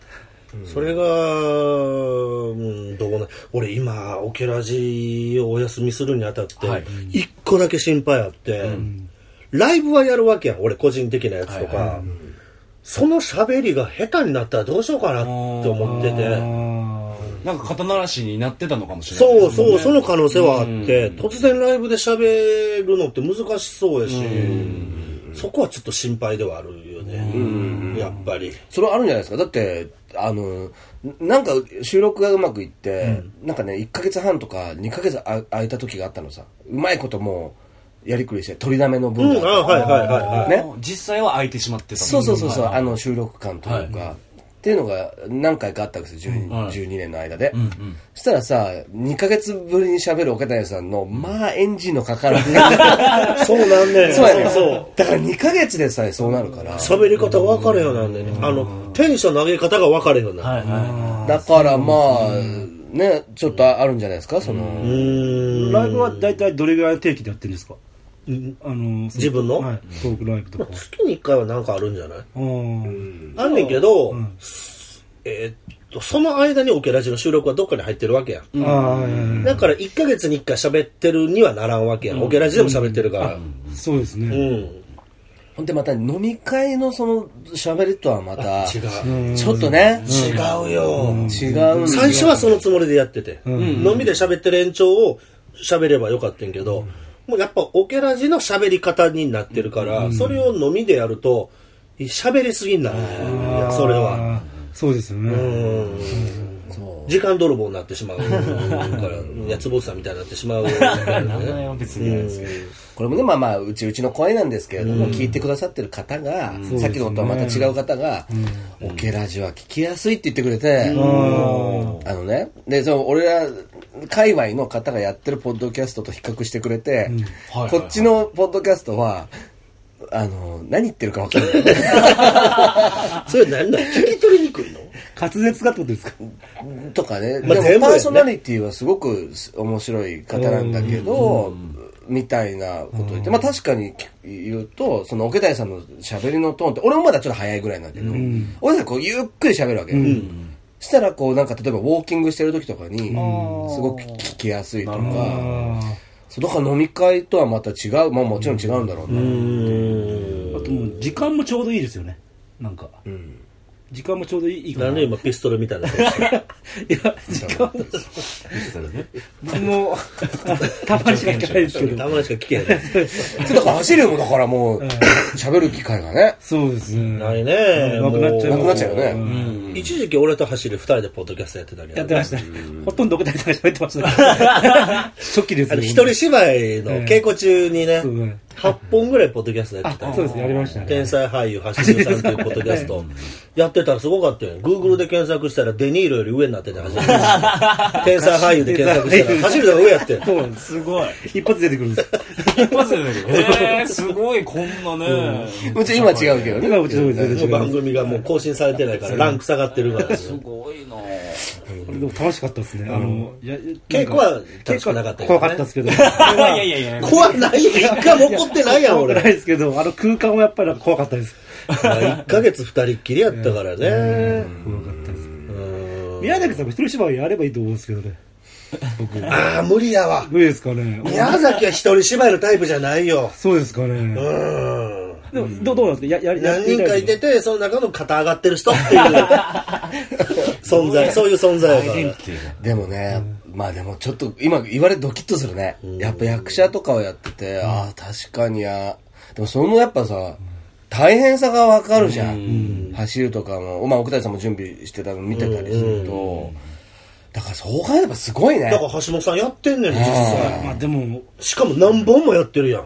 それが、うん、どうな、俺今、オケラジをお休みするにあたってはい、一個だけ心配あって、ライブはやるわけやん、俺個人的なやつとか、はいその喋りが下手になったらどうしようかなって思ってて、あなんか肩慣らしになってたのかもしれないそうそう、その子可能性はあって、突然ライブで喋るのって難しそうやし、そこはちょっと心配ではあるよね、やっぱり。それはあるんじゃないですかだって、あの、なんか収録がうまくいって、なんかね、1ヶ月半とか2ヶ月あ空いた時があったのさ。うまいこともう、やりくりして、取りだめのう分ん、あが。はいはいはいはい。ね実際は空いてしまってたそうそうそうそう、はいあの収録感というか、はっていうのが何回かあったんですよ、12, はい12年の間で、うんうんそしたらさ、2ヶ月ぶりに喋る岡谷さんの、まあエンジンのかかる。そうなんねん。そうやねんそうだから2ヶ月でさえそうなるから。そう。喋り方分かれようなんでね。あの、テンションの上げ方が分かれようなんはいはだからまあ、ね、ちょっとあるんじゃないですか、その。うーーんライブは大体どれぐらいの定期でやってるんですかうんあの、そ自分のはい。トークライブとか。月に1回はなんかあるんじゃないあーあんねんけどん、えーっと、その間にオケラジの収録はどっかに入ってるわけやん。あー、はいはいはいだから1ヶ月に1回喋ってるにはならんわけやん。オケラジでも喋ってるから。そうですうね。ん。ほんでまた飲み会のその喋りとはまた、違うんちょっとね、う。違うよ。違うんだよ最初はそのつもりでやってて。飲みで喋ってる延長を喋ればよかったんけど、もうやっぱオケラジの喋り方になってるから、それを飲みでやると、喋りすぎになるんだよねそれは。あーそうですよね、そう時間泥棒になってしまうから、やつぼさんみたいになってしまうから名前ね。は別にないですけど。これもね、まあまあ、うちうちの声なんですけれども、聞いてくださってる方が、さっきのとはまた違う方が、オケラジは聞きやすいって言ってくれて、あのね、で、その俺ら、界隈の方がやってるポッドキャストと比較してくれて、はいはいこっちのポッドキャストは、あの、何言ってるか分かんない。それ何なの聞き取りにくいの滑舌がってことですかとかね、まあで全部やもパねーソナリティはすごく面白い方なんだけど、みたいなことを言って、まあ確かに言うと、その桶谷さんの喋りのトーンって、俺もまだちょっと早いぐらいなんだけど、俺さんこうゆっくり喋るわけ。したらこうなんか例えばウォーキングしてる時とかに、すごく聞きやすいとか、そうだから飲み会とはまた違う、まあもちろん違うんだろうな。あともう時間もちょうどいいですよねなんか、時間もちょうどいいか何なでい今ピストルみたいな。や時間僕もたまにしか聞かないですけどたまにしか聞けへん。ちょっと走るもだからもう、喋る機会がね、そうですねないね。なくなっちゃなうくなっちゃうよね。もう一時期俺と走り二人でポッドキャストやってたけど。やってましたほとんど奥谷さんが喋ってましたけど初期ですあのよ一人芝居の稽古中にねそうね、 8本ぐらいポッドキャストやってたあよそうですねやりましたね天才俳優橋りさんというポッドキャストやってたらすごかったよ Google で検索したらデニーロより上になってて走る 天才俳優で検索したら走るのが上やってんそうなんですすごい。一発出てくるんです一発でだけど。えー、すごい、こんなね。もちろん今違うけどね。今はちょもうっと全然違番う組がもう更新されてないからランク下がってるからねすごいなこれでも楽しかったですねあのいや稽古は楽しくなかったけどね怖かったですけどいやいやいや。怖ないやん一回も怒ってないやん怖くない俺ですけどあの空間はやっぱりなんか怖かったです1ヶ月二人っきりやったからね怖かったです宮崎さんも一人芝居やればいいと思うんですけどねああ無理やわ無理ですかね宮崎は一人芝居のタイプじゃないよそうですかねうんでもどうどうなんですかややや何ってみ人たかいいてですて、その中の肩上がってる人 っていう存在、そういう存在やから。でもね、まあでもちょっと今言われてドキッとするね。やっぱ役者とかをやってて、ああ、確かにや。でもそのやっぱさ、大変さがわかるじゃん。走るとかも、まあ奥谷さんも準備してたの見てたりすると、だからそう考えればすごいだ。ねから橋本さんやってんねん、実際。まあでもしかも何本もやってるやん。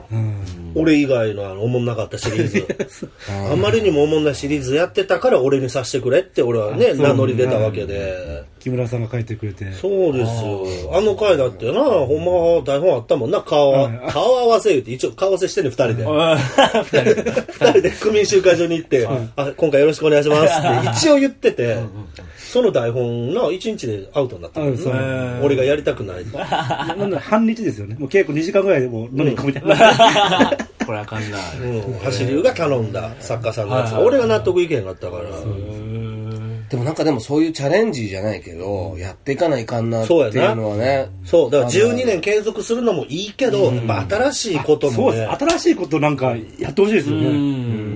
俺以外のあの、おもんなかったシリーズ。あまりにもおもんなシリーズやってたから俺にさせてくれって俺はね、名乗り出たわけで。木村さんが書いてくれてそうですよ。あの回だってな、ほんまは台本あったもんな、顔は、顔合わせ言うて、一応顔合わせしてんねん、二人で。二人で区民集会所に行って、あ、今回よろしくお願いしますって一応言ってて、その台本な、一日でアウトになったもんうんそうな俺がやりた くない。ななんだ半日ですよねもう稽古2時間ぐらいでもう飲みに行くみたい な、これあかんな。うん、走りが頼んだ作家さんのやつ。俺が納得いけへんかったから。でもなんかでもそういうチャレンジじゃないけど、やっていかないかんなってそうやないうのはね。そう、だから12年継続するのもいいけど、やっぱ新しいことそもうでねす。新しいことなんかやってほしいですよねグ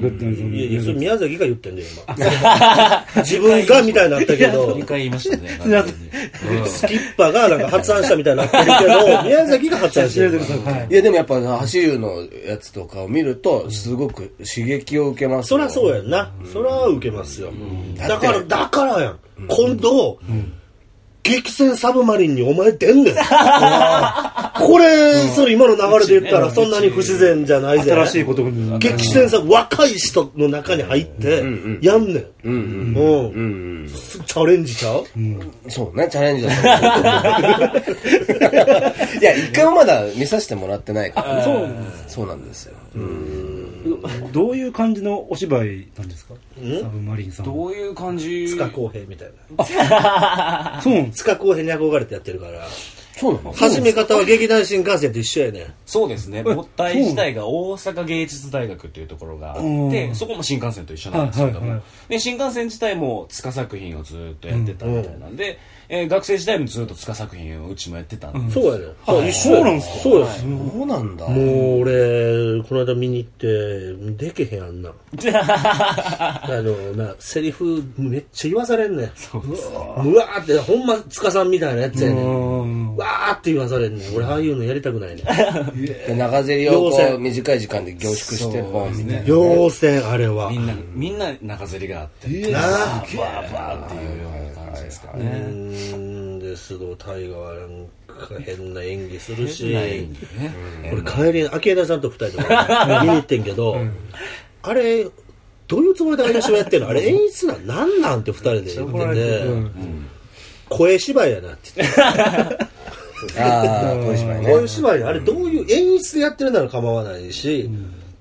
ッドナイトのいやいや、それ宮崎が言ってんだよ、 今。自分がみたいになったけど二。回言いましたね。いませんスキッパーがなんか発案したみたいになってるけど、宮崎が発案して白る鳥。さんはいいやでもやっぱ走るのやつとかを見ると、すごく刺激を受けますそよ。りゃそうやんな。そりゃ受けますよ。だかだっら、てだからやん。今度、激戦サブマリンにお前出 んねん。これ、それ今の流れで言ったらそんなに不自然じゃないぜ。新しいことに激戦さ、若い人の中に入って、やんねん。うんチャレンジちゃうそうね、チャレンジだと思う いや、一回もまだ見させてもらってないから。そうそうなんですよ。どういう感じのお芝居なんですかサブマリンさんどういう感じ塚公平みたいな。そうなんです塚公平に憧れてやってるから。そうなの始め方は劇団新幹線と一緒やねん。そうですね。母体自体が大阪芸術大学っていうところがあって、そこも新幹線と一緒なんですけどはいはいもは、で、新幹線自体も塚作品をずっとやってたみたいなんで、えー学生時代もずっと塚作品をうちもやってたんで、そうやねん。あ一緒やねんですかそうやねんそうなんだ。もう俺、この間見に行って、でけへんあんな。あの、な、セリフめっちゃ言わされんねん。うわーって、ほんま、塚さんみたいなやつやねん。わーって言わされんねん俺ああいうのやりたくないねで長ゼリをこ要う請短い時間で凝縮してそうボンみたいな妖精あれはみんな、みんな中競りがあって、なあバーバーっていうような感じですからうね。ーんで須藤大河はなんか変な演技するしないんでね。俺帰り秋枝さんと二人とか見に行ってんけど、あれどういうつもりであれ芝居やってんのあれ演出なんなんなんて二人で言ってて、声芝居やなって言ってああ小石前ね声芝居あれどういう演出でやってるなら構わないし、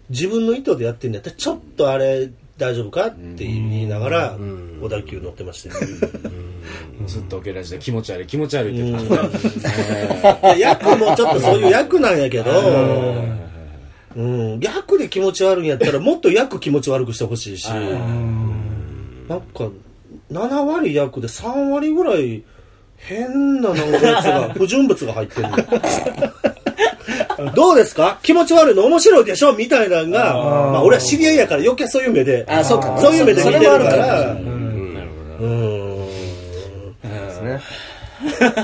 自分の意図でやってんのやったらちょっとあれ大丈夫かって言いながら小田急乗ってましたよ、 ずっと受け出して気持ち悪い気持ち悪いって言ってで 役もちょっとそういう役なんやけど、うん、役で気持ち悪いんやったらもっと役気持ち悪くしてほしいし、なんか7割役で3割ぐらい変ななんかやつが不純物が入ってるどうですか気持ち悪いの面白いでしょみたいなのがまあ、俺は知り合いやから余計そういう目であーそうかそういう目で見てるかそれもあらるううんなるほどな。んですね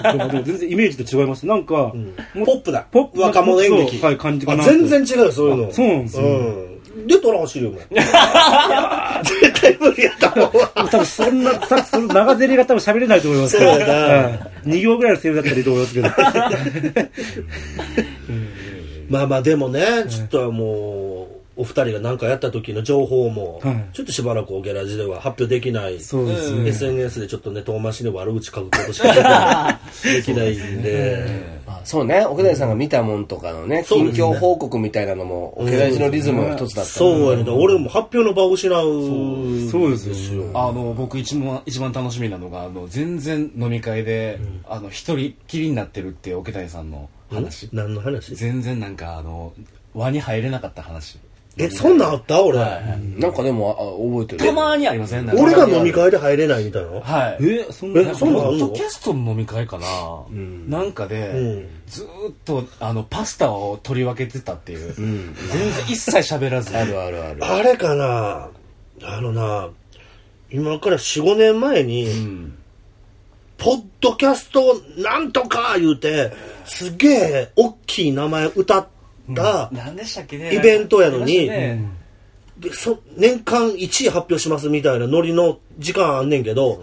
でもでも全然イメージと違いますなんか、もっポップだポップ若者演劇、そうはい感じかなあ全然違うよそういうのあそうなんですようんで虎走るよお前いやー 絶対無理やったもん多分そんな、さその長ゼリが多分喋れないと思いますけど、そうやなはい、2行ぐらいのセリフだったらいいと思いますけど、 まあまあでもねちょっとはもうお二人が何かやった時の情報も、はいちょっとしばらくオゲラジでは発表できないそうですね SNS でちょっとね遠回しに悪口書くことし かできないんであそうね奥谷さんが見たもんとかのねそう近ですね況報告みたいなのもおけらじのリズムの一つだったそうやね俺も発表の場を失うそうですよ。 あの僕一番一番楽しみなのがあの全然飲み会で、あの一人っきりになってるって桶谷さんの話、何の話全然なんかあの輪に入れなかった話えそんなんあった俺、はいなんかでもあ覚えてるたまにありませんなんか俺が飲み会で入れないみたいなはいえ、そんな、えそんなのあポんッのドキャストの飲み会かな、なんかで、うんずーっとあのパスタを取り分けてたっていう、全然一切喋らずあるあるあるあれかなあのな、今から4、5年前に、うんポッドキャストなんとか言うて、すげえ大きい名前歌った、何でしたっけねイベントやのなんにかねでそ年間1位発表しますみたいなノリの時間あんねんけど、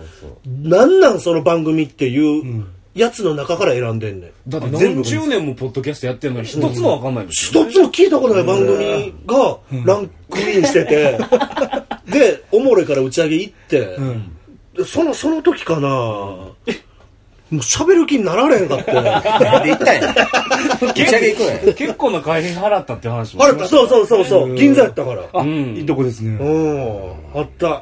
なんなんその番組っていうやつの中から選んでんねん。だって全部何十年もポッドキャストやってるのに一つもわかんないんですよ一つも聞いたことない番組がランクインしてて、で、おもろいから打ち上げ行って、でその、その時かな、もう喋る気になられへんかって。あなんで行ったんや打ち上げ行くのや結構な会費払ったって話もしまれしたそうそうそうそう、銀座やったから。あ、んいいとこですね。うん、あった。うまわ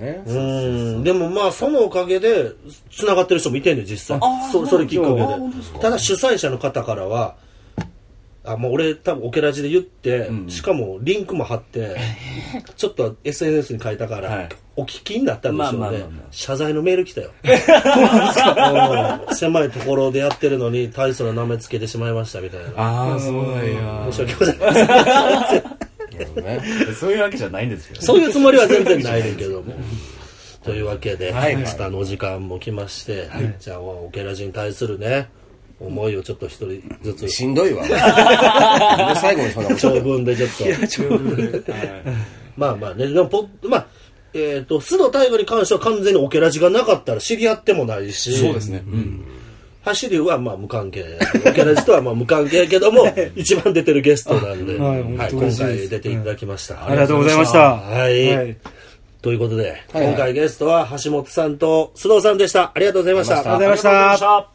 あねうん、でもまあそのおかげで繋がってる人もいてんねん実際そそれきっかけあ本当ですでただ主催者の方からはあもう俺多分オケラジで言って、しかもリンクも貼ってちょっと SNS に書いたから、はいお聞きになったんでしょうね、まあまあまあまあ謝罪のメール来た ようん狭いところでやってるのに大層な名前つけてしまいましたみたいなああそうだよ申し訳ございませんねそういうわけじゃないんですけどそういうつもりは全然ないねんけども というわけで、はいスタのお時間も来まして、じゃあ、オケラジに対するね、思いをちょっと一人ずつ、しんどいわなんで最後にそんなこと長文でちょっと。まあまあね、でもポッ、まあ、えっ、と、須藤大河に関しては完全にオケラジがなかったら知り合ってもないし、そうですねうん走りはまあ無関係。オケラジとはまあ無関係やけども、一番出てるゲストなんで、はいはい、本当今嬉しいです回出ていただきました。ありがとうございました。はいはいということで、はい今回ゲストは橋本さんと須藤さんでした。ありがとうございました。ありがとうございましたありがとうございました。た